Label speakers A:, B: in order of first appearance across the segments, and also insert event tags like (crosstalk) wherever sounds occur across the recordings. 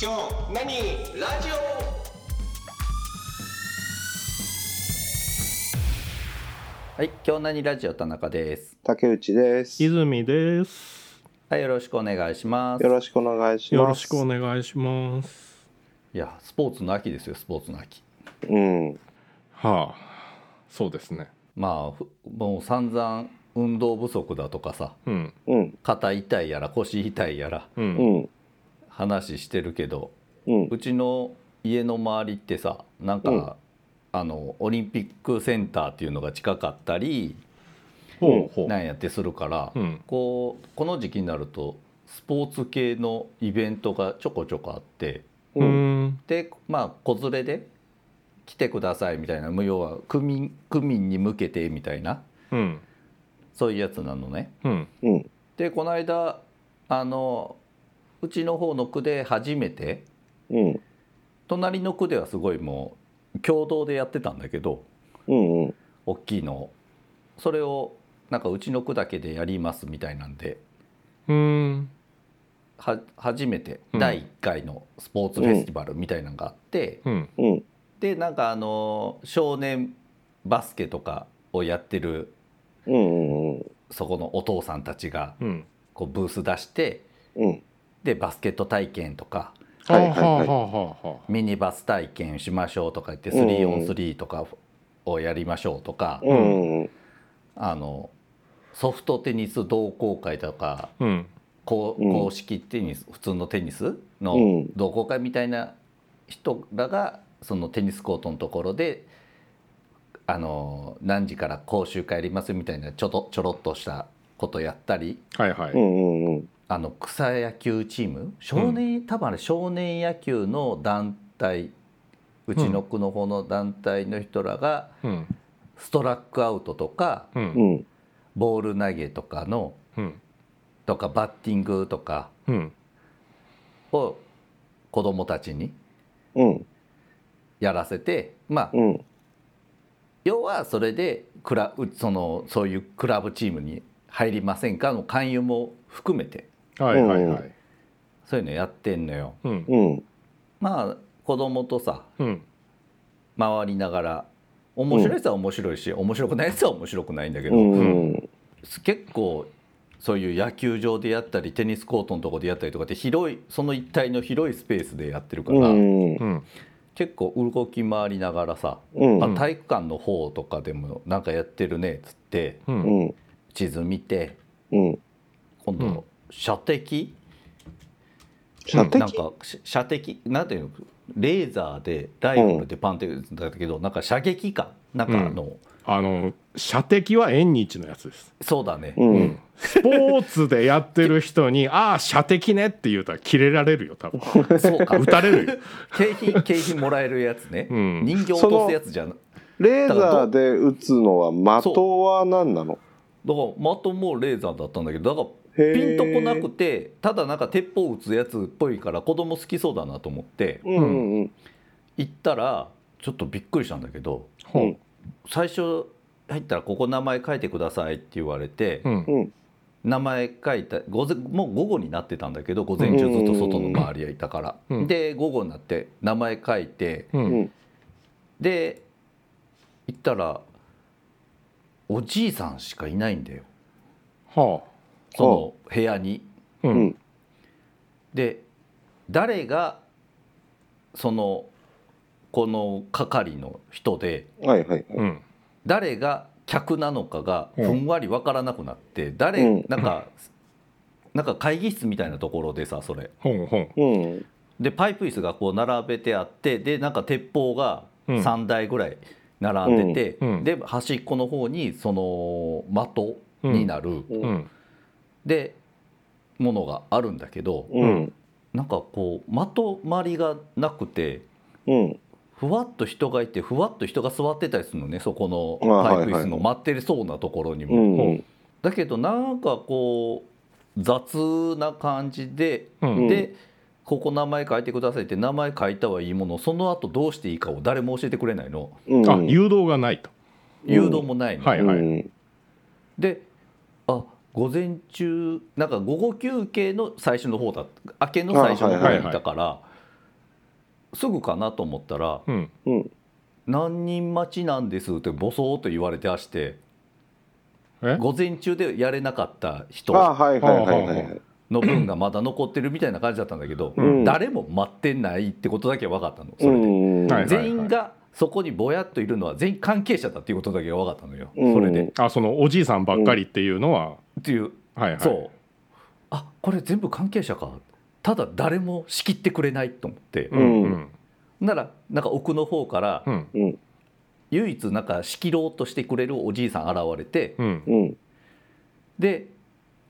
A: 今日何ラジオ
B: はい、京なにラジオ田中です。
C: 竹内です。よ
D: 泉です。
B: はい、よろしくお願いします。
C: ろしくお願いします。
D: よろしくお願いします。
B: いや、スポーツの秋ですよ、スポーツの秋。
C: うん。
D: はあ、そうですね。
B: まあ、ふもう散々運動不足だとかさ、
D: うん、
C: うん。
B: 肩痛いやら腰痛いやら
D: う、
C: うんん。
B: 話してるけど、
C: うん。
B: うちの家の周りってさ、なんか、
C: うん
B: あのオリンピックセンターっていうのが近かったり、
D: ほうほ
B: なんやってするから、
D: う。うん、
B: こうこの時期になるとスポーツ系のイベントがちょこちょこあって。
D: う
C: うん。
D: ん、
B: でまあ子連れで来てくださいみたいなもう要は区民区民に向けてみたいな
D: うん、
B: そういうやつなのね。
D: うん、
C: うん。
B: でこの間あのうちの方の区で初めて
C: うん。
B: 隣の区ではすごいもう共同でやってたんだけど
C: うん。うん。
B: 大きいのをそれをなんかうちの区だけでやりますみたいなんで
D: うん、
B: は初めて
D: うん
B: 第1回のスポーツフェスティバルみたいなのがあって。
D: うん、
C: うん。
B: でなんかあの少年バスケとかをやってる
C: うん。うん。
B: そこのお父さんたちが
D: うん。
B: こうブース出して
C: うん。
B: でバスケット体験とか
C: はいはい
D: は
C: はい
D: あはあはあはあ。
B: ミニバス体験しましょうとか言って
C: うん
B: 3on3 とかをやりましょうとか、
C: うん。うん。
B: あのソフトテニス同好会とか
D: うん、
B: 公
C: うん
B: 公式テニス普通のテニス
C: う
B: の
C: ん
B: 同好会みたいな人らがそのテニスコートのところであの何時から講習会やりますみたいなちょとちょろっとしたことやったり
D: はいは
C: う
D: い。
C: ん。うん。
B: あの草野球チーム少年、多分あれ少年野球の団体うちの区の方の団体の人らが
D: うん、
B: ストラックアウトとか
D: う、
C: うんん。
B: ボール投げとかの
D: うん、
B: とかバッティングとか
D: うん、
B: を子供たちに
C: うん。
B: やらせてまあ
C: うん。
B: 要はそれでクラうそのそういうクラブチームに入りませんかの勧誘も含めて
D: はいはいはい。
B: そういうのやってんのよ。
D: うん、
C: うん。
B: まあ子供とさ
D: うん、
B: 回りながら面白いやつは面白いし、面白くないやつは面白くないんだけど、
C: うん。
B: 結構そういう野球場でやったりテニスコートのとこでやったりとかって広いその一帯の広いスペースでやってるから、
C: うん。
D: うん、
B: 結構動き回りながらさ、
C: うん。
B: あ体育館の方とかでもなんかやってるねっつって
D: う、
C: うんん。
B: 地図見て
C: うん。
B: 今
D: うん
B: 度射的、
C: 射的
B: なんかし射的なんていうのレーザーでライフルでパンって打つんだけど、なんか射撃かなんかあの、
D: あの射的は縁日のやつです。
B: そうだね、
C: うん。
D: スポーツでやってる人に「ああ射的ね」って言うたら切れられるよ多
C: (laughs)
D: 分
B: そうか
D: 撃たれるよ。
B: 景品 (laughs) 景品もらえるやつね、
D: うん
B: 人形落とすやつじゃんだか
C: レーザーで撃つのは的は何なの
B: ら的もレーザーだったんだけどだから
C: へー
B: ピンとこなくてただなんか鉄砲撃つやつっぽいから子供好きそうだなと思って
C: うんうん
B: 行ったらちょっとびっくりしたんだけど
C: う
D: ほ
C: ん
D: う。
B: 最初入ったら「ここ名前書いてください」って言われて、
D: うん
C: う、ん
B: 名前書いた午前もう午後になってたんだけど午前中ずっと外の周りはいたから、
D: うん
B: で午後になって名前書いて
D: う、
C: うんん
B: で行ったらおじいさんしかいないんだよ
D: は
B: その部屋に。
D: あ、う
C: うんん、
B: で誰がそのこの係の人で
C: はいはいはい
D: うん、
B: 誰が客なのかが
D: うん
B: ふんわりわからなくなって
C: う
B: 誰
C: ん
B: なんかなんか会議室みたいなところでさそれ
D: ほうほう、
C: うん
B: でパイプ椅子がこう並べてあってでなんか鉄砲が
D: うん
B: 3台ぐらい並んでて、
D: うんうん
B: で端っこの方にその的になる、
C: うん
D: うん、
B: でものがあるんだけど、
C: うん
B: なんかこうまとまりがなくて
C: うん
B: ふわっと人がいてふわっと人が座ってたりするのねそこ
C: あ
B: の
C: はい
B: パ
C: は
B: イ
C: い
B: プ椅子の待ってそうなところにも。
C: うん
B: だけどなんかこう雑な感じで、
D: うん、
B: で「ここ名前書いてください」って名前書いたはいいものその後どうしていいかを誰も教えてくれないの
C: うん
D: あ誘導がないと、
C: うん
B: 誘導もないの。
D: はいはい、
C: うん
B: であ午前中なんか午後休憩の最初の方だ明けの最初の方だったから、すぐかなと思ったら
D: うん
C: うん
B: 「何人待ちなんです」ってボソーと言われてあして
D: え
B: 午前中でやれなかった人
C: あはいはいはいは
D: はいい
C: は
D: はい
B: の分がまだ残ってるみたいな感じだったんだけど、
C: うん
B: 誰も待ってないってことだけ分かったのそれ
C: う
B: で、
C: ん
D: はい
B: 全員がそこにぼやっといるのは全員関係者だっていうことだけが分かったのよ、
C: うん
B: それで
D: あそのおじいさんばっかりっていうのは、
B: っていう
D: はいはい
B: そうあこれ全部関係者かただ誰も仕切ってくれないと思って、
D: うんうん
B: ならなんか奥の方から
D: うん
B: 唯一なんか仕切ろうとしてくれるおじいさん現れて、
D: うん
C: うん
B: で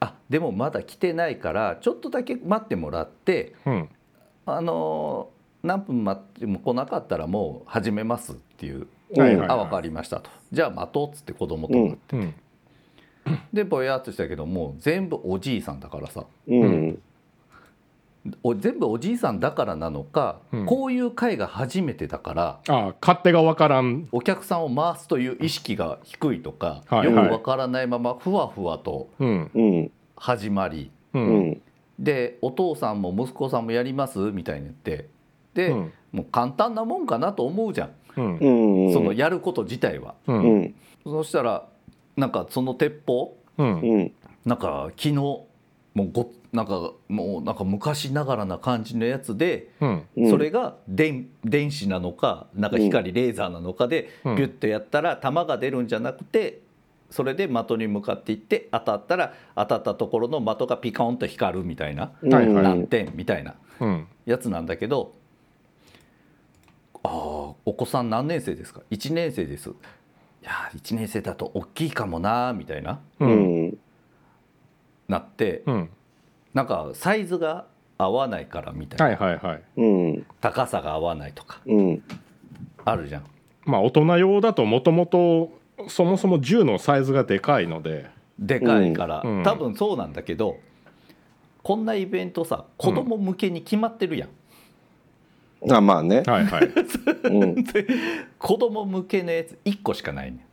B: あでもまだ来てないからちょっとだけ待ってもらって
D: うん
B: あのー何分待っても来なかったらもう始めますっていう
D: は
B: 「
D: いはい
B: あ分かりました」と「じゃあ待とう」っつって子供と、
D: うん
B: でぼやっとしたけどもう全部おじいさんだからさ
C: うん
B: お全部おじいさんだからなのか、
D: うん
B: こういう会が初めてだから
D: あ勝手がわからん
B: お客さんを回すという意識が低いとか、
D: はい
B: よくわからないままふわふわと
D: うん
C: うん
B: 始まり
D: う
C: うんん
B: でお父さんも息子さんもやりますみたいに言ってで、
D: うん
B: もう簡単なもんかなと思うじゃん、
D: うん
C: うん
B: そのやること自体は。
D: うん
C: う
D: うん
C: ん
B: そしたらなんかその鉄砲
D: うん
C: うん
B: なんか昨日もうごなんかもうなんか昔ながらな感じのやつで、
D: うん
C: うん
B: それが電電子なのかなんか光レーザーなのかで、
D: うん
B: ビュッとやったら弾が出るんじゃなくてそれで的に向かっていって当たったら当たったところの的がピカンと光るみたいな
C: うん
D: はいはい
B: 難点みたいな
D: うん
B: やつなんだけど。あーお子さん何年生ですか1年生ですいや1年生だと大きいかもなーみたいな
D: う
C: うんん
B: なって
D: うん
B: なんかサイズが合わないからみたいな、
D: はいはいはい
C: うん
B: 高さが合わないとか
C: うん
B: あるじゃん
D: まあ大人用だともともとそもそも銃のサイズがでかいので
B: でかいから、
D: うんうん
B: 多分そうなんだけどこんなイベントさ子供向けに決まってるやん、
C: あまあね
D: はいはい (laughs)
C: うん
B: 子供向けのやつ1個しかないね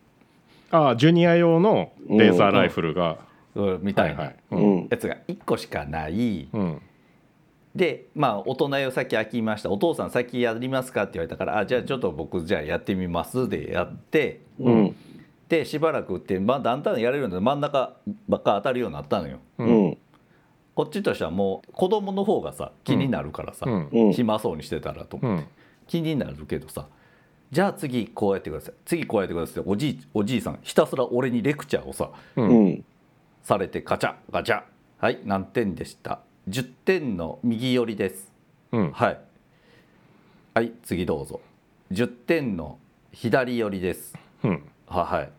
D: ああジュニア用のレーザーライフルが
B: んうんみた
D: はい
B: い
D: は
B: ない
C: うん
B: やつが1個しかない、
D: うん
B: でまあ大人よさっき飽きましたお父さん先やりますかって言われたからあじゃあちょっと僕じゃあやってみますでやって
C: うん
B: でしばらく打って、まあ、だんだんやれるようになって真ん中ばっか当たるようになったのよ
D: う
C: うんん
B: こっちとしてはもう子供の方がさ気になるからさ、
D: うん
C: うん
B: 暇そうにしてたらと
D: う
B: 思って、
D: ん
B: 気になるけどさじゃあ次こうやってください次こうやってくださいおじいおじいさんひたすら俺にレクチャーをさ
D: う
C: うんん
B: されてガチャガチャはい何点でした10点の右寄りです
D: うん
B: はいはい次どうぞ10点の左寄りです
D: うん
B: ははい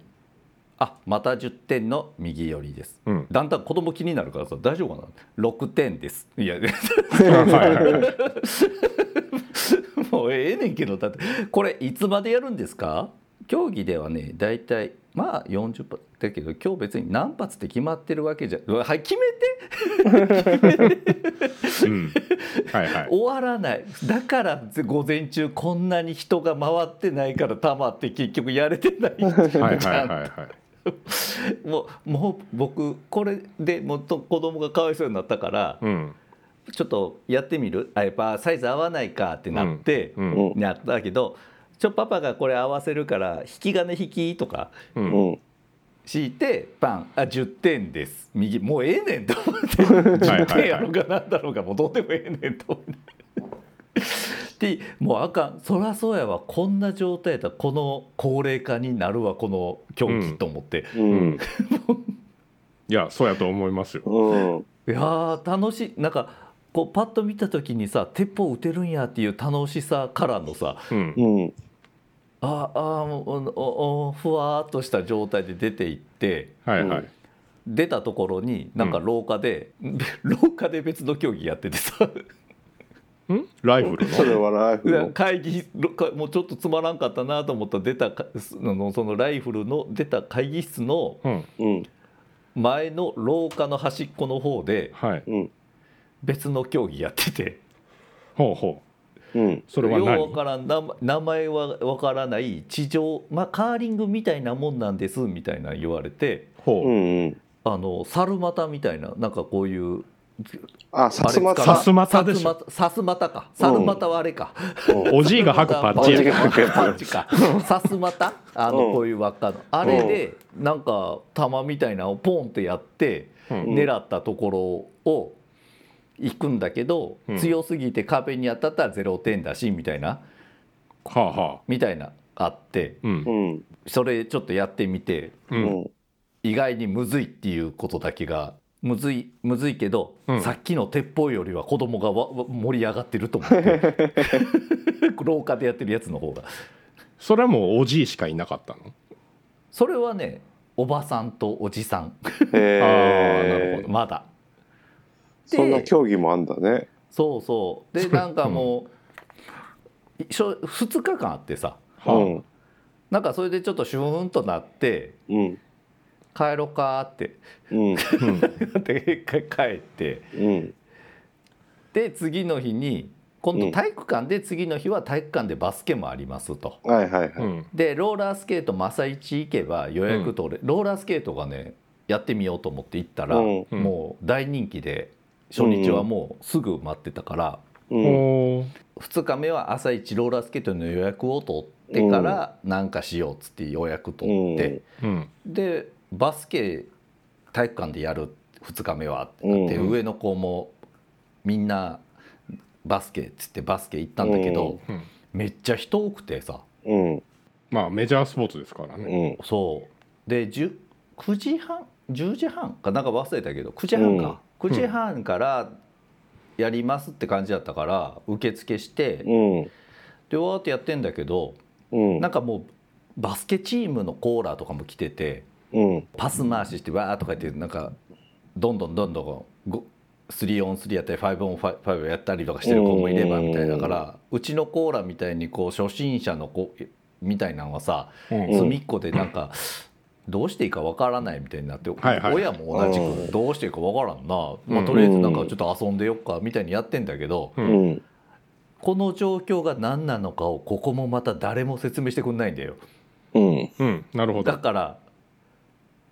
B: あまた10点の右寄りです (laughs)
D: うん
B: だんだん子供気になるからさ大丈夫かな6点ですいや
D: はいはいはい
B: (laughs) もうええねんけどだってこれいつまでやるんですか競技ではね大体まあ40発だけど今日別に何発って決まってるわけじゃうわはい決めて
D: うんはいはい
B: 終わらないだから午前中こんなに人が回ってないからたまって結局やれて
C: (laughs)
B: ない
D: はいはいはいはい
B: もうもう僕これでもっと子供がかわいそうになったから、
D: うん
B: ちょっとやってみるあやっぱサイズ合わないかってなって、
D: うん
C: うん
B: なったけどちょパパがこれ合わせるから引き金引きとか
D: う
C: うんん
B: 敷いてパンあ10点です右もうええねんと思って10点やろうがなんだろうがもうどうでもええねんと思ってでもうあかんそらそうやわこんな状態やったらこの高齢化になるわこの競
D: う
B: 技
D: ん
B: と思って、
C: う
D: うんんいやそうやと思いますよ
C: うん
B: いやー楽しいなんかこうパッと見た時にさ鉄砲撃てるんやっていう楽しさからのさ
D: うん
C: うん
B: ああもうおおおふわーっとした状態で出ていって
D: はいはい
B: 出たところになんか廊下で、 (laughs) 廊下で別の競技やっててさ
D: んライフルの
C: それはライフの
B: (laughs) 会議かもうちょっとつまらんかったなと思ったら出たかすあのそのライフルの出た会議室の
D: うん
C: うん
B: 前の廊下の端っこの方で
D: はい
C: うん
B: 別の競技やってて
D: ほうほ
C: うん
D: うそれは
B: よう
D: 何
B: わからん名前名前はわからない地上、まあ、カーリングみたいなもんなんですみたいなの言われて
C: う
D: ほ
C: ん
B: あの猿股みたいななんかこういう
C: あ、さすま
B: あれ使う
C: た
D: さす。またでしょ
B: さすまたさすまたかさるまたはあれか、
D: おじいが吐くパッチ
C: おじいが
D: や
C: 吐くやつ
B: パッチかさすまたあの
C: うん
B: こういう輪っかのあれでなんか玉みたいなのをポンってやって
D: うん
B: 狙ったところを行くんだけど、
D: うん
B: 強すぎて壁に当たったら0点だしみたいな
D: はあはあ
B: みたいなあって
D: うん
C: うん。
B: それちょっとやってみて
D: う
C: うんん。
B: 意外にむずいっていうことだけがむずいむずいけど、
D: うん
B: さっきの鉄砲よりは子供がわわ盛り上がってると思って
D: (laughs)
B: 廊下でやってるやつの方が
D: それはもうおじいしかいなかったの
B: それはねおばさんとおじさん
C: え
D: あーなるほ
C: え
D: ど。
B: まだ
C: そんな
B: で
C: 競技もあんだね。
B: そうそうでなんかもう、一緒2日間あってさ
C: う
D: は
C: ん。
B: なんかそれでちょっとシューンとなって
C: うん。
B: 帰ろかーって (laughs)
C: うん。
D: あうん
B: だって一回帰って
C: うん。
B: で次の日に今
C: う
B: 度
C: ん
B: 体育館で次の日は体育館でバスケもありますと。
C: はいはいはい。
D: うん
B: でローラースケート朝一行けば予約取れ、ローラースケートがねやってみようと思って行ったら、
C: うん
D: うん
B: もう大人気で初日はもうすぐ埋まってたから、
C: うん。
D: おー
B: 2日目は朝一ローラースケートの予約を取ってからなんかしようっつって予約取って、
D: うん
B: でバスケ体育館でやる2日目はってなって、
C: うん
B: 上の子もみんなバスケっつってバスケ行ったんだけど、
D: うん
B: めっちゃ人多くてさ
C: うん。
D: まあメジャースポーツですから
C: う
D: ね
C: ん。
B: そうで10 9時半10時半かなんか忘れたけど9時半か、9時半からやりますって感じだったから受付して、
C: うん。
B: でわーってやってんだけど
C: うん。
B: なんかもうバスケチームのコーラとかも来てて
C: うん。
B: パス回ししてわーとか言ってなんかどんどんどんどんご 3on3 やったり 5on5 やったりとかしてる子もいればみたいだからうちのコーラみたいにこう初心者の子みたいなのはさ
D: うん
B: 隅っこでなんかどうしていいかわからないみたいになって、
D: はいはい
B: 親も同じ
C: うん
B: くどうしていいかわからんな、ま
D: う
B: あ、
D: ん
B: とりあえずなんかちょっと遊んでよっかみたいにやってんだけど、
D: う
C: うんん。
B: この状況が何なのかをここもまた誰も説明してくんないんだよ
C: うん。
D: うんなるほ
B: だ
D: ど
B: から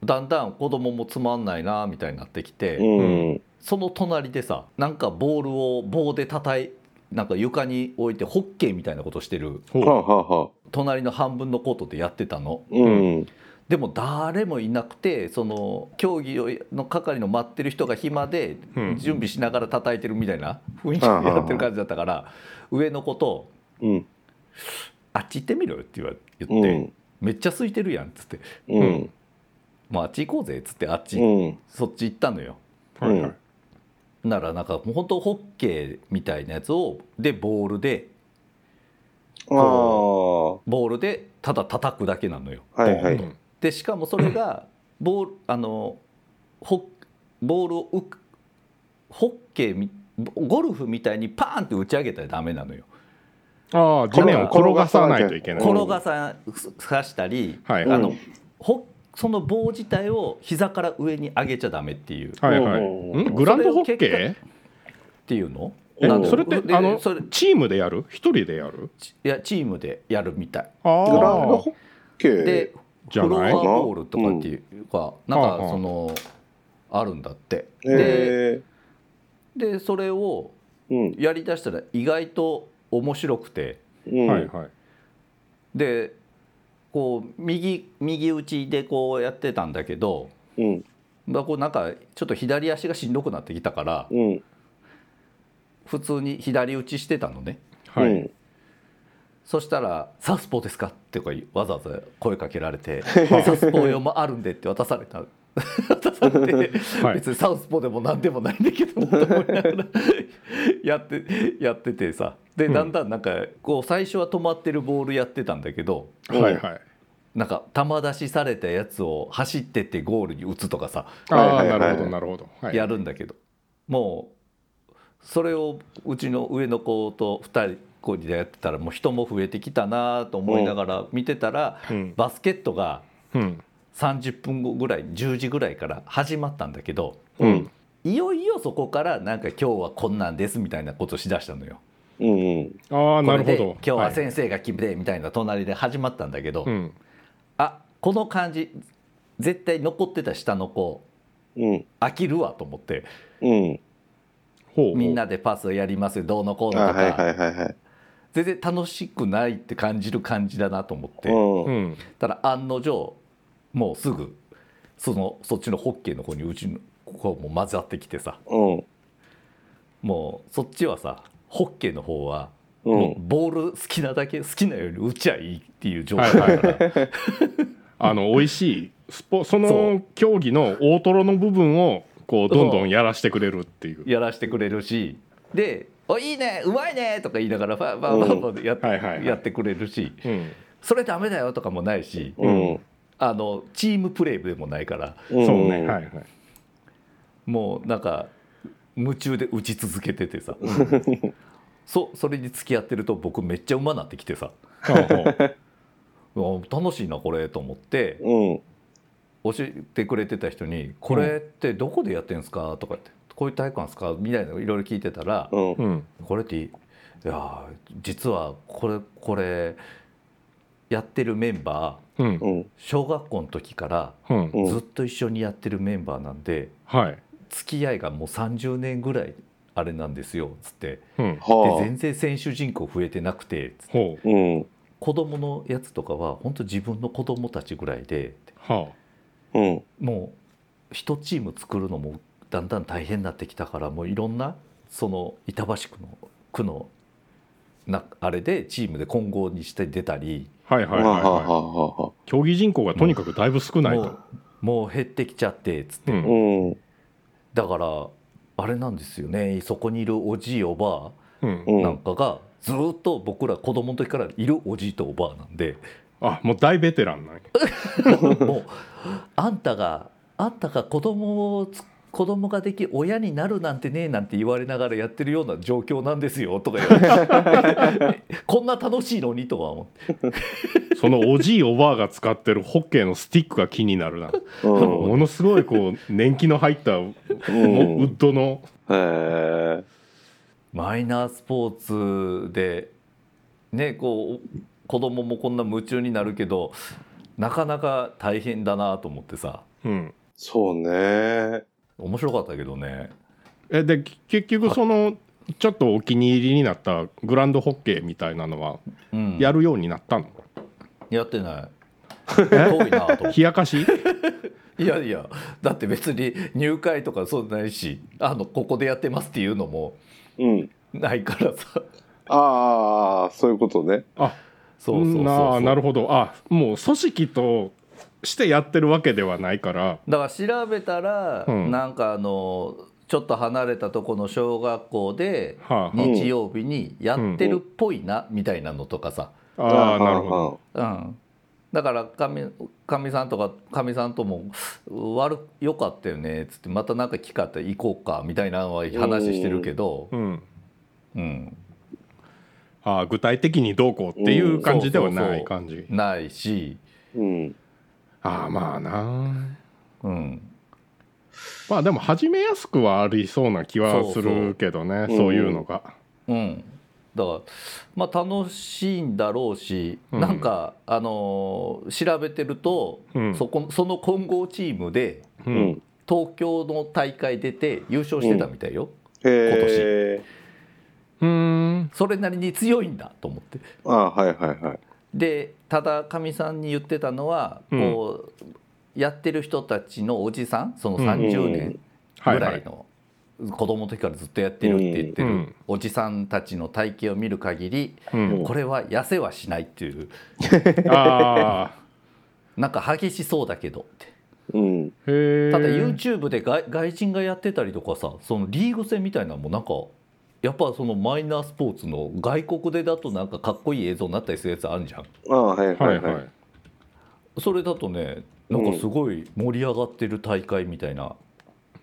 B: だんだん子供もつまんないなみたいになってきて、
C: うん。
B: その隣でさなんかボールを棒で叩いなんか床に置いてホッケーみたいなことしてる
D: ほう
C: はあはあはあ。
B: 隣の半分のコートでやってたの。
C: うん。
B: でも誰もいなくてその競技の係の待ってる人が暇で
D: うん
B: 準備しながら叩いてるみたいな雰囲気でやってる感じだったから上の子と
C: うん。
B: 「あっち行ってみろよ」って言わ言
C: う
B: って
C: ん。
B: 「めっちゃ空いてるやん」っつって
C: うん。
B: 「もうあっち行こうぜ」っつってあっち
C: うん。
B: そっち行ったのよ。
D: はいはい
B: ならなんかもう本当ホッケーみたいなやつをでボールで
C: ああ。は
B: ボールでただ叩くだけなのよ。
C: いはい。
D: うん
B: でしかもそれがボールあのホボールをうホッケーみゴルフみたいにパーンって打ち上げたらダメなのよ
D: ああ地面を転がさないといけない
C: これ
B: 転がささしたり
D: はい
B: あ
D: はい
B: のほその棒自体を膝から上に上げちゃダメっていうっ
D: はいはい
C: うん
D: んグランドホッ
B: それ
D: ケ
B: ていうの
D: ー
B: なん
D: え
B: で
D: それって
B: で
D: あの
B: それ
D: チームでやる一人でやる
B: ちいやチームでやるみたい
D: あ
C: グランド
D: あ
C: ホッケー。
B: でフ
D: じゃ
B: ロ
D: な
B: ア
D: い
B: ボールとかっていうかなん
D: はあ
B: か
D: はあ
B: そのあるんだってで
C: え
B: でそれを
C: え。うん。
B: やりだしたら意外と面白くて
C: うん。
D: はいはい
B: でこう右右打ちでこうやってたんだけど
C: うん。
B: まあこうなんかちょっと左足がしんどくなってきたから
C: うん。
B: 普通に左打ちしてたのね
D: は
C: う
D: い
C: ん
B: そしたら「サウスポーですか?」ってこうわざわざ声かけられ
D: (laughs)
B: て「サウスポー用もあるんで」って渡された (laughs) 渡されて
D: はい
B: 別にサウスポーでも何でもないんだけどと思いながら (laughs) やってやっててさで
D: うん
B: だんだんなんかこう最初は止まってるボールやってたんだけど
D: はいはい
B: なんか球出しされたやつを走ってってゴールに打つとかさ
D: あ
C: は
D: あ
C: いはいは
D: ないるほどなるほどはい
B: やるんだけど、もうそれをうちの上の子と2人こでやってたらもう人も増えてきたなと思いながら見てたら、
D: うん
B: バスケットが
D: うん
B: 30分後ぐらい10時ぐらいから始まったんだけど
D: うん
B: いよいよそこからなんか今日はこんなんですみたいなことしだしたのよ。
C: うん。
D: ああなる
B: これ
D: ほ
B: で
D: ど
B: 今日はい先生が決めてみたいな隣で始まったんだけど、
D: うん
B: あこの感じ絶対残ってた下の子
C: うん。
B: 飽きるわと思って
C: うん。
D: ほう
B: みんなでパスをやりますよどうのこう
C: あ
B: のとか、
C: はいはいはいはい
B: 全然楽しくないって感じる感じだなと思って、
C: うん
D: うん
B: ただ案の定もうすぐそのそっちのホッケーの方にうちの子も混ざってきてさ
C: うん
B: もうそっちはさホッケーの方は
C: う
B: もうんボール好きなだけ好きなように打ちゃいいっていう状態だから、
D: あの美味しいスポそ
B: そ
D: の
B: う
D: 競技の大トロの部分をこうどんどんやらしてくれるっていう
B: やらしてくれるしで「おいいねうまいね」とか言いながらファンファンファンファンでやっ
D: はいはいはい
B: やってくれるし
D: うん
B: 「それダメだよ」とかもないし
C: うん
B: あのチームプレーでもないから
C: うん
D: そうねはいはい
B: もうなんか夢中で打ち続けててさそそれに付き合ってると僕めっちゃうまなってきてさ
D: ほうほ
B: うわ
D: う
B: 楽しいなこれと思って
C: うん
B: 教えてくれてた人に「これってどこでやってんすか?」とかって「こういう体育館ですか?」みたいなのいろいろ聞いてたら
C: うんうん
D: うん
B: 「これっていいいやー実はこれこれやってるメンバー
D: うん
C: うん
B: 小学校の時から
D: うん
C: うん
B: ずっと一緒にやってるメンバーなんで
D: はい
B: 付き合いがもう30年ぐらいあれなんですよ」つって。
D: うん
B: で
C: は
B: 全然選手人口増えてなくて
D: ほう
C: あうん
B: 子供のやつとかは本当自分の子供たちぐらいで
D: は
C: うん
B: もう一チーム作るのもだんだん大変になってきたからもういろんなその板橋区の区のなあれでチームで混合にして出たり
D: あはい
C: は
D: はいい
C: は
D: はいい
C: は
D: 競技人口がとにかくだいぶ少ない
B: も
D: と
B: うもう減ってきちゃってつって、
D: う
C: い
D: ん
C: うん
B: だからあれなんですよねそこにいるおじいおば
D: うん
C: う
B: あなん
C: ん
B: かがずーっと僕ら子供の時からいるおじいとおばあなん
D: (laughs)
B: で。
D: あもう大ベテランなんや
B: もうあんたがあんたが子供をつ子供ができ親になるなんてねえなんて言われながらやってるような状況なんですよとか言われてこんな楽しいのにとは思って
D: そのおじいおばあが使ってるホッケーのスティックが気になるな
C: うん
D: ものすごいこう年季の入ったウ
C: うん
D: ッドの
C: へえ
B: マイナースポーツでねこう子供もこんな夢中になるけどなかなか大変だなと思ってさ
D: うん
C: そうね
B: 面白かったけどね
D: えでき結局そのちょっとお気に入りになったグランドホッケーみたいなのは
B: うん
D: やるようになったの、
B: やってない遠いなと思って
D: 冷やかし
B: いやいやだって別に入会とかそうないしあのここでやってますっていうのも
C: うん
B: ないからさ
C: ああそういうことね
D: あ
B: そうそうそうそう
D: ななるほどあもう組織としてやってるわけではないから
B: だから調べたら、
D: うん
B: なんかあのちょっと離れたとこの小学校で
D: はあ、は
B: 日曜日にやってるっぽいな、みたいなのとかさ、
D: ああーなるほど
B: う
C: ど
B: ん、だからかみかみさんとかかみさんとも「悪よかったよね」っつって「またなんか機会あったら行こうか」みたいなのは話してるけど、
D: うん
B: うん、
D: あー具体的にどうこうっていう感じでは
B: うんそうそ
D: な
B: うそ
D: いう感じ、
B: ないし。
C: うん
D: ああまあな
B: うん、
D: まあでも始めやすくはありそうな気はするけど
C: そ
D: ねそう
C: そう
D: う
C: うん
D: いうのが、
B: うん、だからまあ楽しいんだろうし、
D: うん
B: なんかあのー調べてると、
D: うん
B: そこその混合チームで
D: う
C: うんん
B: 東京の大会出て優勝してたみたいよ、
C: へえ
D: うーん
B: それなりに強いんだと思って
C: ああはいはいはい
B: でただかみさんに言ってたのは、
D: うん
B: こうやってる人たちのおじさんその
C: う
B: 30
C: ん
B: 年
D: はい
B: ぐ
D: は
B: らい
D: い
B: の子供の時からずっとやってるって言って
D: う
B: る
D: ん
B: おじさんたちの体型を見る限り
D: うん、
B: これは痩せはしないっていう。
D: ああ
B: なんか激しそうだけどって
C: うん
D: へえ
B: ただ YouTube で外外人がやってたりとかさそのリーグ戦みたいなのもなんかやっぱそのマイナースポーツの外国でだとなんかかっこいい映像になったりするやつあるじゃん
C: ああはいは
D: はいい
C: は
D: はいい、
B: それだとねなんかすごい盛り上がってる大会みたいな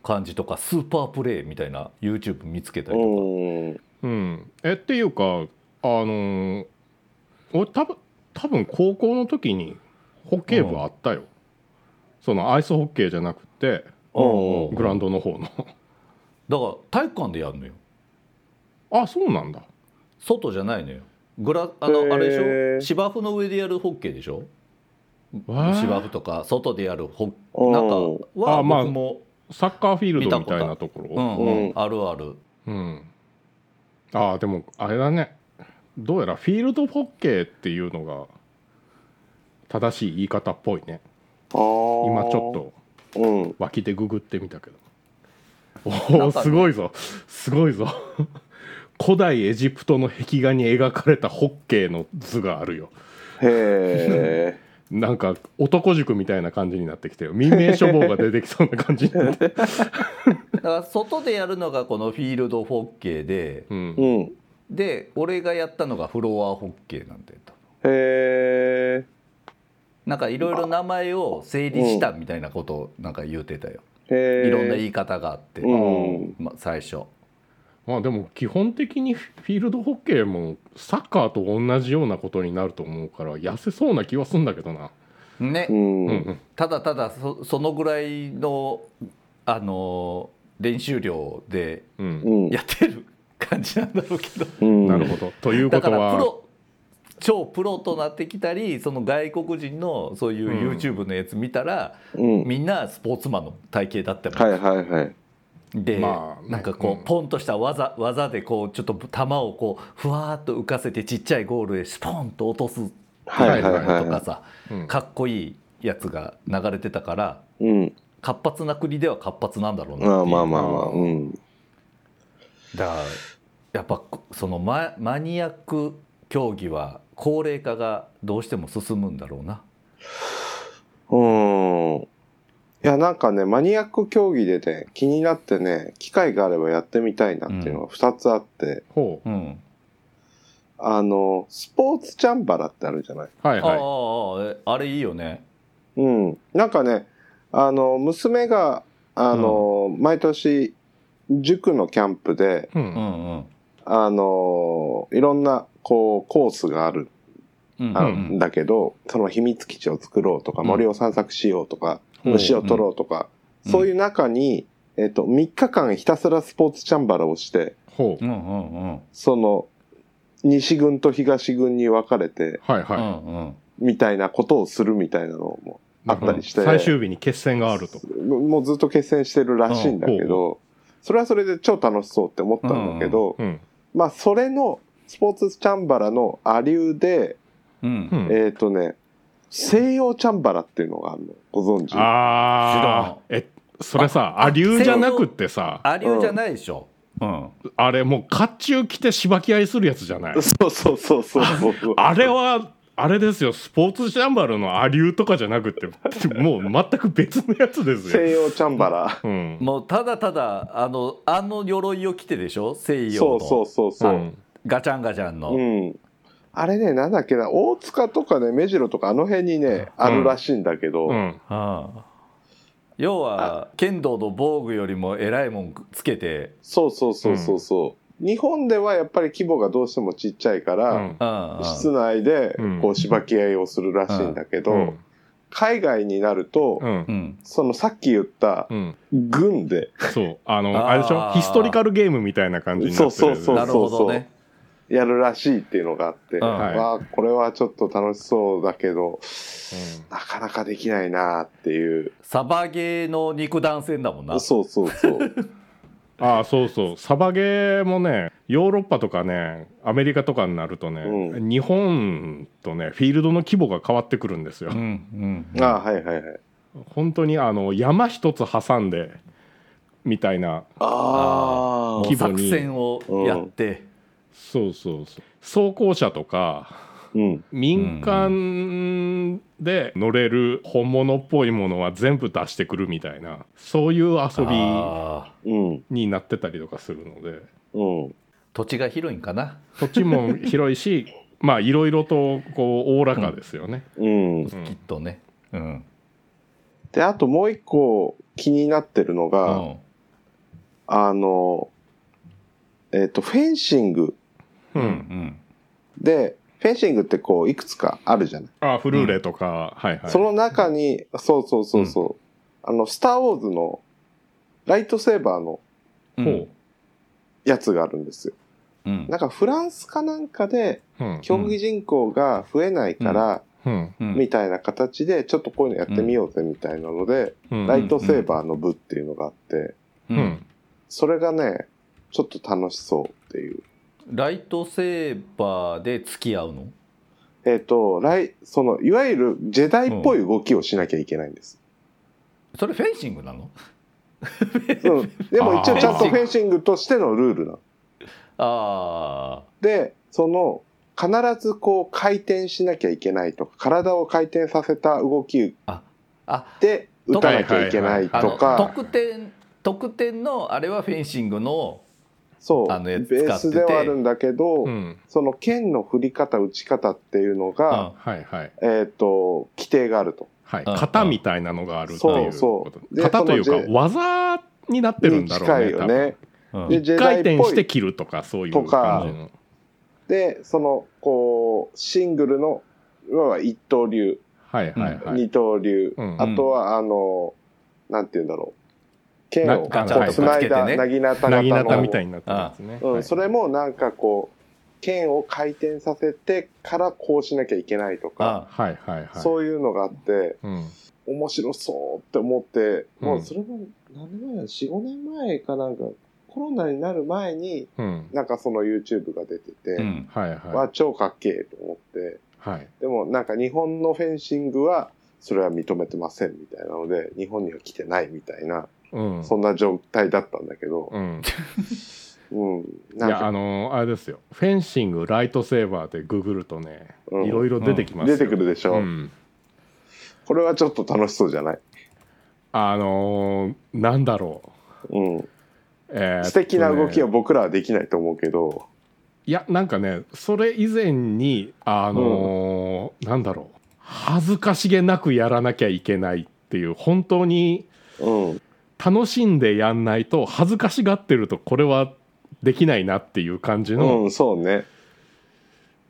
B: 感じとかスーパープレーみたいな YouTube 見つけたりとか
C: うん
D: うん、えっていうかあのー俺多分多分高校の時にホッケー部あったよ、そのアイスホッケーじゃなくて
C: うん
D: グラウンドの方の
B: だから体育館でやるのよ
D: あそうなんだ
B: 外じゃないのよグラあ
C: へー
B: のあれでしょ芝生の上でやるホッケーでしょ
D: わー
B: 芝生とか外でやるホッ
C: うん
B: なんかは
D: あまあ
B: 僕も
D: サッカーフィールドみたい
B: 見た
D: なとこ
B: う
D: ろ
B: んうん
C: うん
B: あるある
D: うんああでもあれだねどうやらフィールドホッケーっていうのが正しい言い方っぽいね
C: あー
D: 今ちょっと
C: うん
D: 脇でググってみたけど
B: な
D: おお
B: んかね
D: すごいぞすごいぞ古代エジプトの壁画に描かれたホッケーの図があるよ
C: へえ
D: なんか男塾みたいな感じになってきてよ民命処方が出てきそうな感
B: (laughs)
D: じになって、
B: だから外でやるのがこのフィールドホッケーで
D: うん
C: う、ん
B: で俺がやったのがフロアホッケーなんだよと
C: へえ
B: なんかいろいろ名前を整理したみたいなことをなんか言うてたよ
C: へえ
B: いろんな言い方があって、
C: うん
B: まあ、最初
D: まあでも基本的にフィールドホッケーもサッカーと同じようなことになると思うから痩せそうな気はすんだけどな、
B: ね、
C: うん、
D: うんうん
B: ただただそそのぐらいのあのー練習量で
D: うん
C: うん
B: やってる感じなんだろうけど、
C: うん
D: なるほどというこ
B: だか
D: と
B: らプ
D: は
B: ロ超プロとなってきたりその外国人のそういう YouTube のやつ見たら、
C: うん
B: みんなスポーツマンの体型だったり、
C: はいはいはい
B: で、
D: まあね
B: なんかこう、
D: うん
B: ポンとした技技でこうちょっと球をこうふわーっと浮かせてちっちゃいゴールへスポンと落とすって
C: は
B: い
C: い
B: う
C: はい
B: の
C: はいはい
B: とかさ
D: うん
B: かっこいいやつが流れてたから
C: うん
B: 活発な国では活発なんだろうな
C: ま
B: っ
C: あ
B: ていう
C: まあまあまあうん
B: だからやっぱこそのママニアック競技は高齢化がどうしても進むんだろうな。
C: うんいやなんかねマニアック競技でね気になってね機会があればやってみたいなっていうのが2つあって、
D: ほ
B: うん、
C: あのスポーツチャンバラってあるじゃないう
D: はい
B: あああ
D: は
B: あえあれいいよね。
C: うん、なんかねあの娘があの、毎年塾のキャンプで
D: い、う
B: うんんうん
C: あのいろんなこうコースがある
B: うん
C: あ
D: う
C: の
D: ん
C: んだけど、その秘密基地を作ろうとか
B: うん
C: 森を散策しようとか、
D: うん
C: 虫を取ろうとか、
B: うん
C: そういう中に、えっと3日間ひたすらスポーツチャンバラをして
D: ほう
B: うんうんうん
C: その西軍と東軍に分かれて
D: は
B: う
D: い
B: んう
D: は
B: ん
C: みたいなことをするみたいなのも
D: い
C: あったりして
D: 最終日に決戦があると
C: もうずっと決戦してるらしいんだけ
D: うんほ
C: ど、それはそれで超楽しそうって思ったんだけど、
D: うん
C: まあそれのスポーツチャンバラのアリューで、
B: うん
D: う。ん
C: えっ、とね、西洋チャンバラっていうのがあるの、ご存知
D: ああえそれさアリューじゃなくってさ
B: ありゅうじゃないでしょ。うん。
D: あれもう甲冑着てしばき合いするやつじゃない
C: そうそうそうそうそうそう。
D: (laughs) あれは、あれですよ、スポーツチャンバルのアリューとかじゃなくて、もう全く別のやつですよ。
C: 西洋チャンバラ。
D: うん。
B: もうただただあのあの鎧を着てでしょ西
C: そ
B: 洋
C: うそう
B: の
C: そう
D: う
C: そう。
D: ん
B: ガチャンガチャンの、
C: うん。あれね、なんだっけな、大塚とかね、目白とかあの辺にね、あるらしいんだけど、
D: うん。
B: うん要は剣道の防具よりも偉いもんつけて、
C: そうそうそうそうそう。日本ではやっぱり規模がどうしてもちっちゃいから、
D: うん
B: うんうん
C: 室内で
D: うん
C: こうしばき合いをするらしいんだけど、
D: うん
C: 海外になると、
D: うん
B: う。ん、
C: そのさっき言った
D: うん。
C: 軍で、
D: そう。
B: あ
D: あ
B: ー
D: の、あれでしょヒストリカルゲームみたいな感じになってるやつ。
C: そうそうそう
B: なるほどね
C: やるらしいっていうのがあって、
B: ん
D: はい
C: わあこれはちょっと楽しそうだけど
D: うん
C: なかなかできないなっていう
B: サバゲーの肉弾戦だもんな
C: そうそう
D: (laughs)
C: そう
D: ああ、そうそう。サバゲーもね、ヨーロッパとかね、アメリカとかになるとね、
C: う
D: 日本とね、フィールドの規模が変わってくるんですよ (laughs)
B: う。んうん
C: ああはいはいはい
D: 本当に、あの、山一つ挟んで、みたいな
B: あもう
C: あ
D: 規模
B: 作
D: に
B: 戦をやって、
D: そうそうそう装甲車とか
C: うん
D: 民間で乗れる本物っぽいものは全部出してくるみたいなそういう遊び
B: あー
C: うん
D: になってたりとかするので
C: うん
B: 土地が広いんかな
D: 土地も広いし (laughs) まあいろいろとこうおおらかですよね。
C: うん
D: うん
B: きっとねうん、
C: であともう一個気になってるの
B: う
C: が、
B: ん、
C: あのえっ、とフェンシング
D: うん
B: うん
C: でフェンシングってこういくつかあるじゃない
D: あフルーレとか、はいはい。
C: その中に、そうそうそうそう、あの、スター・ウォーズのライトセーバーの
B: うん
D: ほ
C: やつがあるんですよ。
B: うん
C: なんかフランスかなんかで、
D: ううん
C: 競技人口が増えないから、
D: うん
B: うん
C: みたいな形で、ちょっとこういうのやってみようぜみたいなので、
D: うん
C: ライトセーバーの部っていうのがあって、
B: う
D: うんん
C: それがね、ちょっと楽しそうっていう。
B: ライトセーバーで付き合うの
C: えっ、と、来、その、いわゆるジェダイっぽい動きをしなきゃいけないんです。
B: それフェンシングなの
C: うん。でも一応ちゃん
B: あ
C: と
B: ー
C: フェンシングとしてのルールなの。
B: あ
C: で、その、必ずこう回転しなきゃいけないとか、体を回転させた動き
B: ああ
C: で打たなきゃいけない
B: あの
C: とか、
B: 得点得点のあれはフェンシングの
C: そう、
B: あの
C: ベ
B: やつ
C: ースではあるんだけど、
D: うん
C: その剣の振り方、打ち方っていうのが、
D: はいはい
C: えっ、と、規定があると。
D: はい
B: うん
D: 型みたいなのがあるっていう
C: そうそ
D: こと
C: うで
D: 型という
C: そ
D: か
C: のじ
D: 技になってるん
C: に
D: だろ
C: 近
D: う
C: い
D: ね
C: よ
D: 多
C: ね
D: 分。
B: うん
C: で、
B: うん
C: ジェ
D: 一
C: ダイ
D: 回
C: っぽい
D: 転して切るとかそういう
C: とか
D: 感じの
C: で、その、こう、シングルの、要は一刀流、
D: はいはいはい
C: 二刀流、
D: うん
C: あとは、あの、なんて言うんだろう、剣をこ
B: ガチ
D: ャン
C: う
D: と
C: つ
B: か
C: な
B: つけ
C: い
B: て
C: だ、
B: ね
C: なぎなた
D: な
C: 型
D: ぎなた
C: の
D: み、たいになってますね
C: う
D: は
C: ん、
D: い
C: それもなんかこう、剣を回転させてからこうしなきゃいけないとか、
B: あ
D: はいはいはい
C: そういうのがあって、
D: うん
C: 面白そうって思って、
D: うん
C: もうそれも何年前だ、4、5年前かなんか、コロナになる前に、
D: うん
C: なんかその YouTube が出てて、
B: うん
D: はいは
C: は超かっけえと思って、
D: いはい
C: でもなんか日本のフェンシングはそれは認めてませんみたいなので、日本には来てないみたいな、
D: うん
C: そんな状態だったんだけど、
D: うん
C: うん、
D: い
C: なん
D: やあ
C: か、
D: のーあれですよフェンシングライトセーバーでググるとね
C: うん
D: いろいろ出てきますよ
C: 出てくるでしょ、
D: うん
C: これはちょっと楽しそうじゃない、
D: あのーなんだろう
C: うん、
D: えーっとね
C: 素敵な動きは僕らはできないと思うけど、
D: いやなんかねそれ以前にあのーなんだろう恥ずかしげなくやらなきゃいけないっていう本当に
C: うん、
D: 楽しんでやんないと恥ずかしがってるとこれはできないなっていう感じ
C: う
D: の
C: ん、そうね。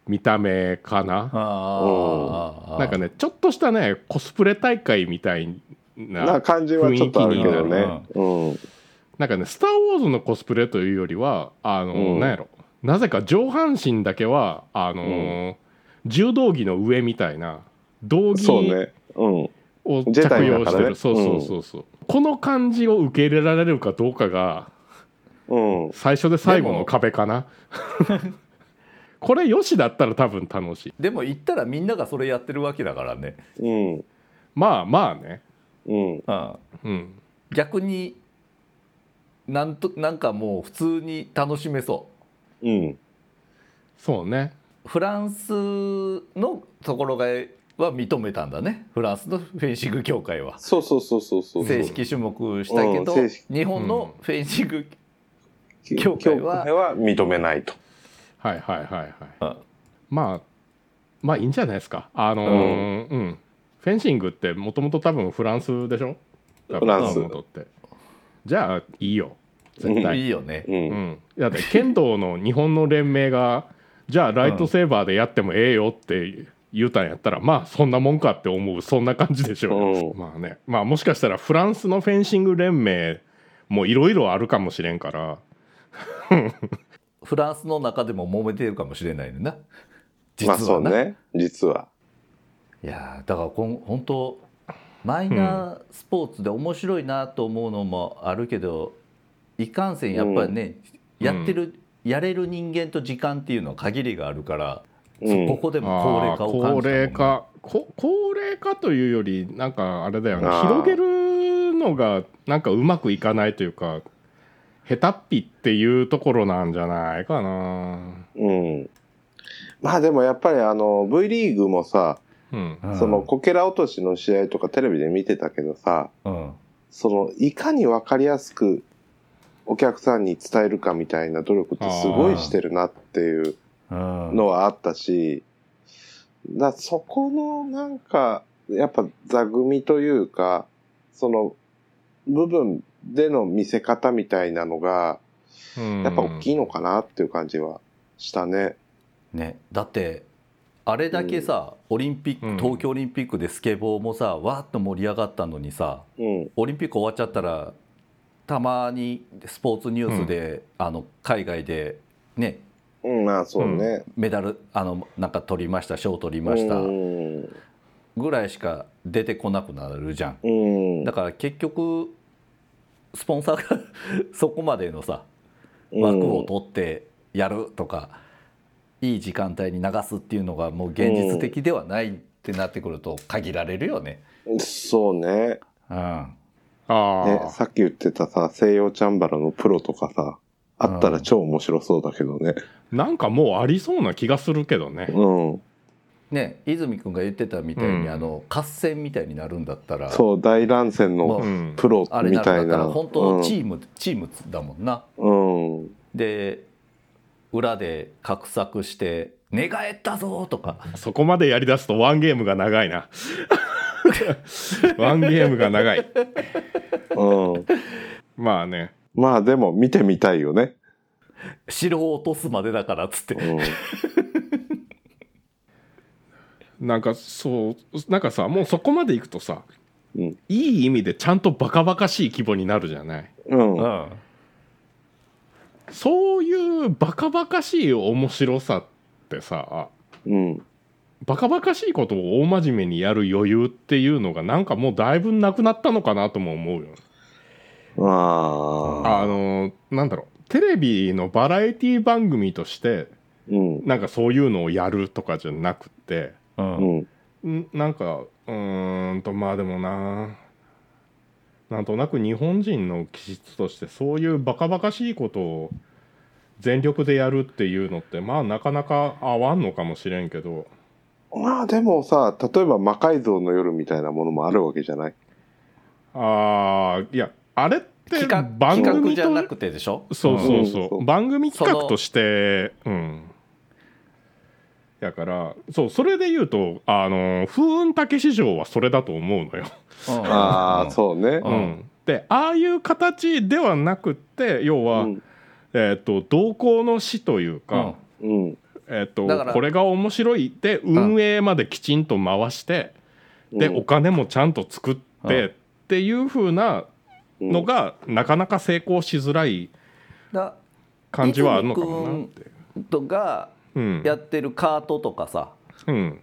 D: 見た目かな、
B: あ
D: なんかねちょっとしたねコスプレ大会みたいな
C: な感じはちょっとあるけどね
B: 雰囲。
C: うん。
D: なんかね「スター・ウォーズ」のコスプレというよりはあの、
C: うん
D: なんやろなぜか上半身だけはあのー柔道着の上みたいな道着
C: そうね。うん。
D: を
C: ジェダ
D: 着
C: イだ
D: 用
C: か
D: して
C: ら
D: る、
C: ね
D: そうそうそうそう、この感じを受け入れられるかどうかが
C: うん。
D: 最初で最後
B: で
D: の
B: も
D: 壁か
C: (laughs)
D: なこれよしだったら多分楽しい
B: でも行ったらみんながそれやってるわけだからね、
C: うん。
D: まあまあね
C: うん。
B: うん、
D: うん
B: 逆になんとなんかもう普通に楽しめそう
C: うん。
D: そうね
B: フランスのところがは認めたんだねフランスのフェンシング協会は
C: そうそうそうそうそう。
B: 正式種目したけど、
C: うん正式
B: 日本のフェンシング、教会は
C: 教認めないと。
D: はいはいはいはい
B: あ
D: まあまあいいんじゃないですかあのーうん、フェンシングってもともと多分フランスでしょ
C: フランス
D: 多分元々ってじゃあいいよ絶対
B: いいよね
C: う。
D: うんん、だって剣道の日本の連盟がじゃあライトセーバーでやってもええよって言うたんやったらまあそんなもんかって思うそんな感じでしょうよ、
C: う
D: まあねまあもしかしたらフランスのフェンシング連盟もいろいろあるかもしれんから
B: フランスの中でも揉めてるかもしれないねんな実
C: まあそ
B: は
C: う
B: な、
C: ね。実は。
B: いやーだからこん本当マイナースポーツで面白いなと思うのもあるけど、いかんせんやっぱりね、
D: うん
B: やってる、やれる人間と時間っていうのは限りがあるから、
C: うん
B: ここでも高
D: あ
B: 齢
D: あ
B: 化を感じたもんね
D: 高齢化こ高齢化というよりなんかあれだよね
C: ああ
D: 広げるのがなんかうまくいかないというか下手っぴっていうところなんじゃないかな
C: うん。まあでもやっぱりあの V リーグもさ、
D: うん
B: うん
C: そのこけら落としの試合とかテレビで見てたけどさ、
B: うん
C: そのいかにわかりやすくお客さんに伝えるかみたいな努力ってすごいしてるなっていう
B: うん
C: のはあったし、だそこのなんか、やっぱ座組というか、その部分での見せ方みたいなのが、
D: うん
C: やっぱ大きいのかなっていう感じはしたね。
B: ね、だってあれだけさ、オリンピック
D: うん
B: 東京オリンピックでスケボーもさわーっと盛り上がったのにさ
C: うん。
B: オリンピック終わっちゃったらたまにスポーツニュースで、あの海外で、ね、
C: うん、まあそうね。
B: メダルあのなんか取りました賞取りました
C: うん。
B: ぐらいしか出てこなくなるじゃん。
C: うん
B: (laughs) だから結局スポンサーがそこまでのさ枠を取ってやるとか、いい時間帯に流すっていうのがもう現実的ではないってなってくると限られるよね。
C: そうね。
B: うん、
D: あ
C: ね、
D: あ、
C: さっき言ってたさ、西洋チャンバラのプロとかさ、あったら超面白そうだけどね。
D: なんかもうありそうな気がするけどね。
C: うん。
B: ね泉君が言ってたみたいに、
D: うん
B: あの合戦みたいになるんだったら
C: そう、大乱戦
B: う
D: う
C: の
D: ん。
C: プロ
B: あれ
C: み
B: なんだ
C: た
B: か
C: い
B: ら
C: な。
B: 本当チーム、チームだもんな。
C: うん。うん。
B: で裏で画策して「寝返ったぞ!」とか
D: そこまでやりだすとワンゲームが長いな。ワンゲームが長い。
C: うん、
D: まあね。
C: まあでも見てみたいよね。
B: 「城を落とすまでだから」っつって
C: うん。
D: なんかそう、なんかさ、もうそこまでいくとさ、
C: うん
D: いい意味でちゃんとバカバカしい規模になるじゃない。
C: うん。
B: うん
D: そういうバカバカしい面白さってさ、
C: うん。
D: バカバカしいことを大真面目にやる余裕っていうのがなんかもうだいぶなくなったのかなとも思うよ。
C: ああ。
D: あのなんだろうテレビのバラエティ番組として
C: うん。
D: なんかそういうのをやるとかじゃなくて
B: う
C: うんん。
D: んなんかうーんとまあでもななんとなく日本人の気質としてそういうバカバカしいことを全力でやるっていうのってまあなかなか合わんのかもしれんけど
C: まあでもさ、例えば魔改造の夜みたいなものもあるわけじゃない
D: あーいやあれって
B: 企画
D: 番
B: 企画
D: 組
B: じゃ
D: と
B: なくてでしょ
D: そうそうそう、
C: うん
D: 番組企画としてうんだからそうそれで言うとあの風雲竹市場はそれだと思うのよ、
B: うんうん
C: あ
B: う
C: あ、
B: ん
C: そうね
D: う。
B: ん
D: んでああいう形ではなくって要
C: う
D: は、
C: ん。
D: えっと同行の死という
B: う
D: か
B: ん、
C: うん。
D: えっ
B: だから
D: とこれが面白いで運営まできちんと回して、でお金もちゃんと作って、
B: うん
D: っていう風なのが、なかなか成功しづらい
B: だ
D: 感じはあるのかもなって。
B: とが
D: うん、
B: やってるカートとかさ
D: うん、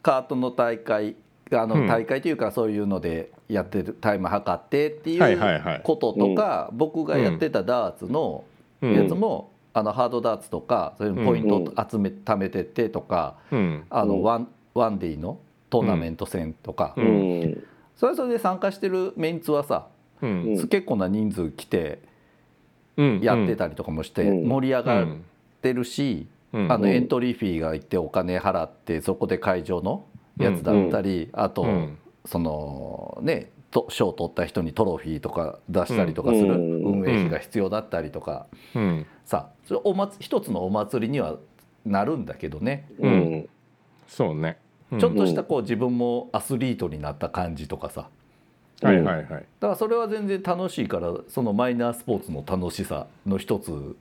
B: カートの大会あ
D: う
B: の
D: ん
B: 大会というかそういうのでやってるタイム測ってってい
D: はいはいは
B: う
D: い
B: こととか僕がやってたダーツの
D: うん
B: やつもあのハードダーツとかそういうポイントを集め貯めてってとか
D: うん
B: あ
C: う
B: の
C: ん
B: ワンワンデーのトーナメント戦とか
D: う
C: うんん。
B: それはそれで参加してるメンツはさ
D: うん
C: うん
B: 結構な人数来て
D: うん
B: やってたりとかもして
C: うん
B: 盛り上
D: う
B: がっ
D: ん
B: てるし
D: うん
B: あの
C: うん
B: エントリーフィーがいてお金払ってそこで会場のやつだったりあと
D: うん
B: そのねと賞を取った人にトロフィーとか出したりとかする
C: うん
B: 運営費が必要だったりとか
D: うん
B: さそれお祭一つのお祭りにはなるんだけどね
C: うん。
D: そうねうん
B: ちょっとしたこう自分もアスリートになった感じとかさ
D: はいはいはい
B: だからそれは全然楽しいからそのマイナースポーツの楽しさの一つ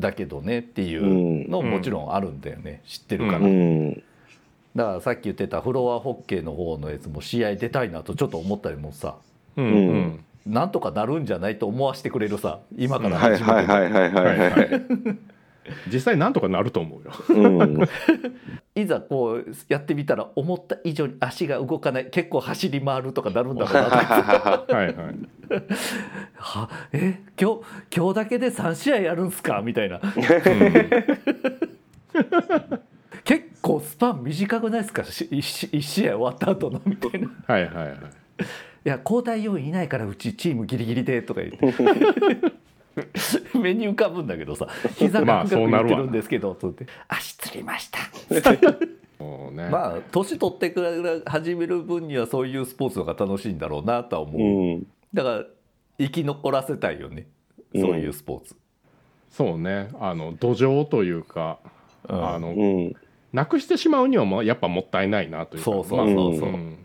B: だけどねっていうのももちろんあるんだよね知ってるから
C: う。ん。
B: だからさっき言ってたフロアホッケーの方のやつも試合出たいなとちょっと思ったりもさ
D: うん
C: うん
D: うん
B: なんとかなるんじゃないと思わせてくれるさ今から
C: はい
B: 始めて
C: はいはいはいはい
D: は
C: はいい
D: は
C: はいい。
D: 実際なんとかなると思うよ (laughs)
C: うん。
B: いざこうやってみたら思った以上に足が動かない結構走り回るとかなるんだろうなと
D: はいはい
B: はえ今日今日だけで3試合やるんすかみたいな (laughs) 結構スパン短くないですか 1, 試合終わった後のみたいな「い
D: はいはいはい
B: や交代要員いないからうちチームギリギリで」とか言って (laughs) 目に浮かぶんだけどさ「膝
D: ま
B: が
D: あ
B: 深く
D: そうな
B: 言
D: るわ
B: ってるんですけど」つって「足つりました」
D: そう (laughs) ね
B: まあ年取ってから始める分にはそういうスポーツの方が楽しいんだろうなとは思う、
C: うん。
B: だから生き残らせたいよねそういうスポーツ。
D: そうねあの土壌というか
B: うん
D: あ
C: う
D: の
C: ん。
D: なくしてしまうにはもうやっぱもったいないなというか
B: そうそう
D: まあ
B: そうそう、
D: ん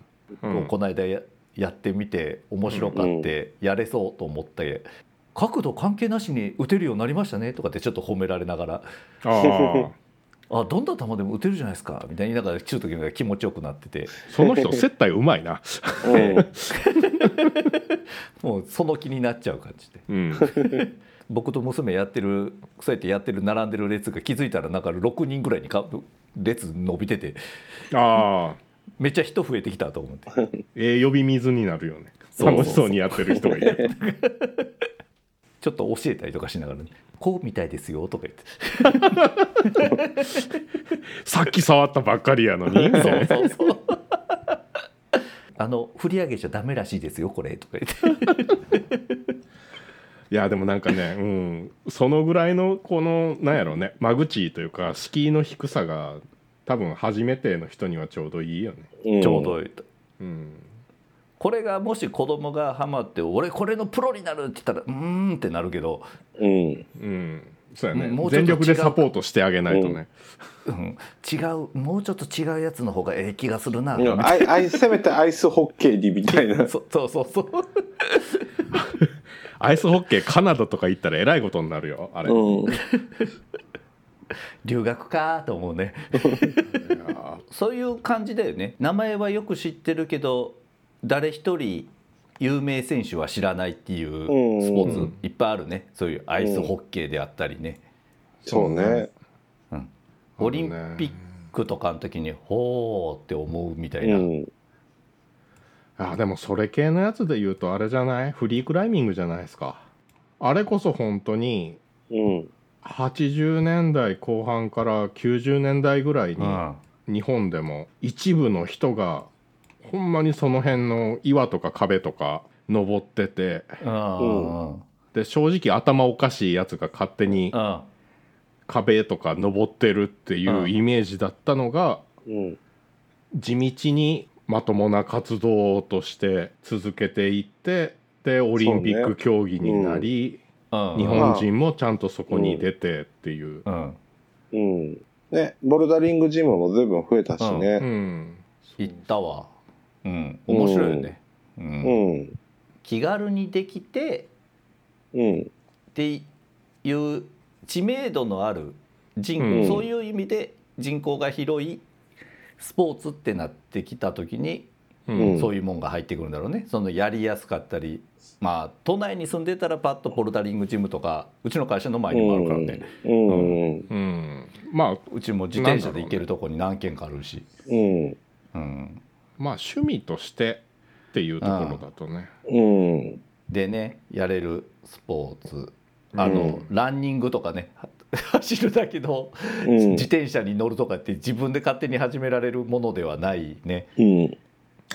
B: もうこの間ややってみて面白かってやれそうと思って、角度関係なしに打てるようになりましたねとかってちょっと褒められながら
D: ああ
B: あどんな球でも打てるじゃないですかみたいに言いながら中途が気持ちよくなってて
D: その人接待うま
B: (laughs)
D: いな
B: もうその気になっちゃう感じで
D: うん
B: 僕と娘やってるそうやってやってる並んでる列が気づいたらなんか6人ぐらいにか列伸びてて
D: ああ
B: めっちゃ人増えてきたと思って
D: ええ呼び水になるよね
B: そうそうそう
D: 楽しそうにやってる人がいる
B: ちょっと教えたりとかしながらねこうみたいですよとか言って
D: さっき触ったばっかりやのに
B: そうそうそう。あの振り上げちゃダメらしいですよこれとか言って
D: いやでもなんか
B: (laughs)
D: ね、うん、そのぐらいのこのなんやろうね間口というか敷居の低さが多分初めての人にはちょうどいいよね。
C: うん (laughs)
B: ちょうどいいと
D: うん、
B: これがもし子供がハマって「俺これのプロになる」って言ったら「うーん」ってなるけど、
C: うん。
D: うん、そうやね
B: うんもうちょっ
D: 全
B: と
D: 力でサポートしてあげないとね。
B: うん、違うもうちょっと違うやつの方がええ気がするな
C: でもアイアイせめてアイスホッケーにみたい (laughs) な。
B: そそうそうそう
D: アイスホッケーカナダとか行ったらえらいことになるよあれ。
C: うん。
B: 留学かと思うね
D: いや
B: そういう感じだよね名前はよく知ってるけど誰一人有名選手は知らないっていうスポー
D: うん
B: ツいっぱいあるねそういうアイスホッケーであったりね
C: そうね。
B: オリンピックとかの時に「ほー」って思うみたいうな、
C: ん。
D: あでもそれ系のやつで言うとあれじゃないフリークライミングじゃないですかあれこそ本当に
C: うん。
D: 80年代後半から90年代ぐらいに日本でも一部の人がほんまにその辺の岩とか壁とか登ってて
B: うんうん
D: で正直頭おかしいやつが勝手に
B: うん
D: 壁とか登ってるっていうイメージだったのが
C: うん。
D: 地道にまともな活動として続けていってでオリンピック競技になり、
B: うん
D: 日本人もちゃんとそこに出てっていう、
B: うん
C: うん。ね、ボルダリングジムも随分増えたし
D: う
C: ね。
D: ん、
B: 行ったわうん面白いよね、う
C: うんん。
B: 気軽にできて
C: うん。
B: っていう知名度のある人、
D: うん
B: そういう意味で人口が広いスポーツってなってきた時に、
D: うん
C: ん
B: そういうもんが入ってくるんだろうねそのやりやすかったりまあ都内に住んでたらパッとボルダリングジムとかうちの会社の前にもあるからね、
C: うん。
D: うんまあ
B: うちも自転車で行けるとこに何軒かあるし、
C: うん。
B: うん、
D: まあ趣味としてっていうところだとね
C: うん。
B: でねやれるスポーツあの、
D: う
B: ランニングとかね (laughs) 走るだけど
C: うん
B: 自。転車に乗るとかって自分で勝手に始められるものではないね
C: うん。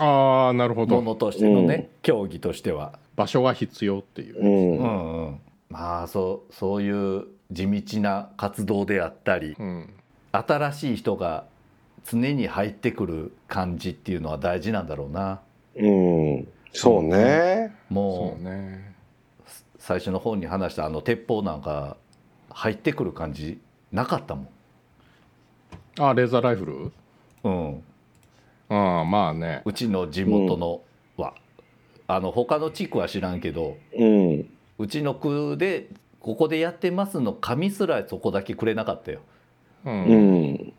D: ああなるほ
B: も
D: ど
B: のとしてのね、競技としては、
D: 場所が必要っていう、
B: う
C: うん。
B: んうん、まあそうそういう地道な活動であったり
D: うん
B: 新しい人が常に入ってくる感じっていうのは大事なんだろうな
C: うん。そうね。
D: そ
B: も
D: う
B: う
D: ね
B: 最初の方に話したあの鉄砲なんか入ってくる感じなかったも
D: あレーザーライフル
B: ん、うん、
D: ああまあね
B: うちの地元のは、あの他の地区は知らんけど
C: うん。
B: うちの区でここでやってますの紙すらそこだけくれなかったよ
D: うん、
C: うん。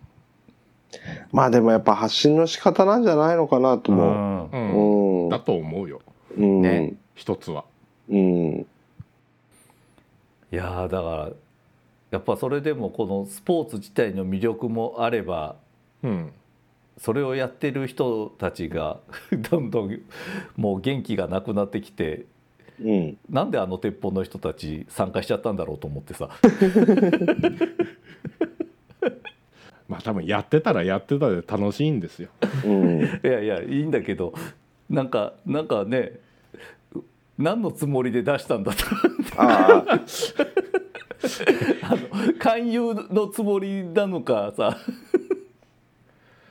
C: まあでもやっぱ発信の仕方なんじゃないのかなと思
B: う
C: う。
D: うん
C: うん。
D: だと思うよ
C: うん。
B: ね
D: 一つは
C: うん。
B: いやーだからやっぱそれでもこのスポーツ自体の魅力もあれば
D: うん
B: それをやってる人たちが (laughs) どんどんもう元気がなくなってきて
C: うん。
B: なんであの鉄砲の人たち参加しちゃったんだろうと思ってさ
D: まあ多分やってたらやってたで楽しいんですよ
B: (laughs)
C: うん。
B: いやいやいいんだけどなんかなんかね何のつもりで出したんだと (laughs)
C: ああ。
B: あの勧誘のつもりなのかさ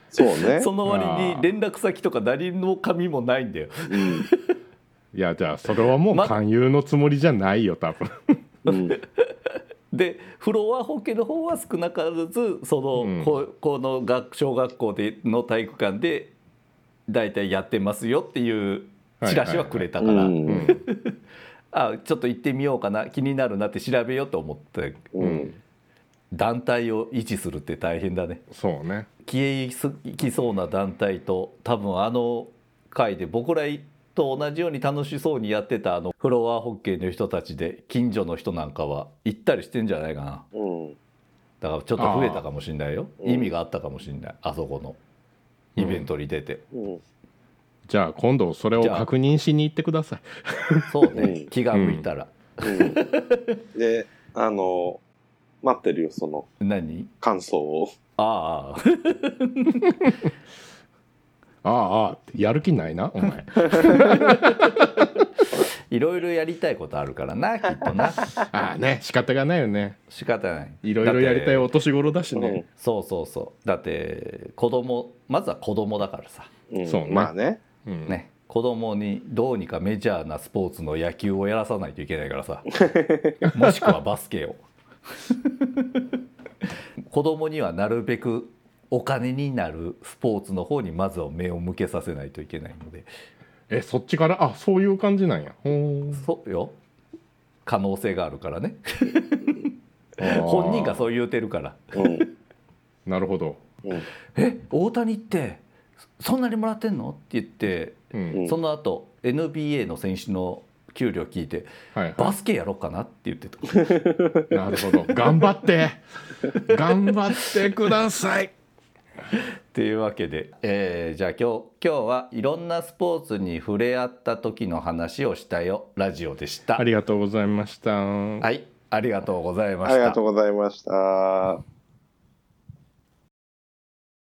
C: そうね。
B: その割に連絡先とか何の紙もないんだよ。
C: うん。
D: いやじゃあそれはもう
B: ま
D: 勧誘のつもりじゃないよ多分
C: うん。
B: でフロアホッケーの方は少なからずその、
D: うん
B: ここの学小学校での体育館で大体やってますよっていうチラシはくれたから、
C: うん
D: うん
B: あちょっと行ってみようかな気になるなって調べようと思って
C: うん。
B: 団体を維持するって大変だね
D: そうね
B: 消えいきそうな団体と多分あの会で僕らと同じように楽しそうにやってたあのフロアホッケーの人たちで近所の人なんかは行ったりしてんじゃないかな
C: うん。
B: だからちょっと増えたかもしれないよ
C: あーうん
B: 意味があったかもしれないあそこのイベントに出て、
C: うん。
D: じゃあ今度それを確認しに行ってください。
B: そう
C: う
B: ね
C: ん
B: 気が向いたら、
C: うん、で、あの、待ってるよ、その
B: 何
C: 感想を。
B: ああ
D: ああああやる気ないな
B: (laughs)
D: お前
B: (laughs) いろいろやりたいことあるからなきっとな
D: ああね仕方がないよね
B: 仕方ない
D: いろいろやりたい
B: だっ
D: お
B: て
D: 年頃だしね、
B: そうそうそうだって子供まずは子供だからさ
C: うんうん
D: そうね
C: まあね。
D: うん
B: ね子供にどうにかメジャーなスポーツの野球をやらさないといけないから
D: (laughs)
B: さもしくはバスケを (laughs) 子供にはなるべくお金になるスポーツの方にまずは目を向けさせないといけないので
D: えそっちからあそういう感じなんやほー
B: そうよ可能性があるからね
D: あ
B: (laughs)
D: ー
B: 本人がそう言うてるから
C: うん。
D: なるほど、
C: うん。
B: 「え大谷ってそんなにもらってんの?」って言って
D: うん
C: うん
B: その後 NBA の選手の給料聞いて
D: はい
B: 「
D: は
B: バスケやろうかな」って言ってた
D: い、なるほど頑張って頑張ってください
B: というわけで、えーじゃあ今日今日はいろんなスポーツに触れ合った時の話をしたよラジオでした。
D: ありがとうございました
B: はい、ありがとうございまし
C: あり
B: た
C: がとう。ございました。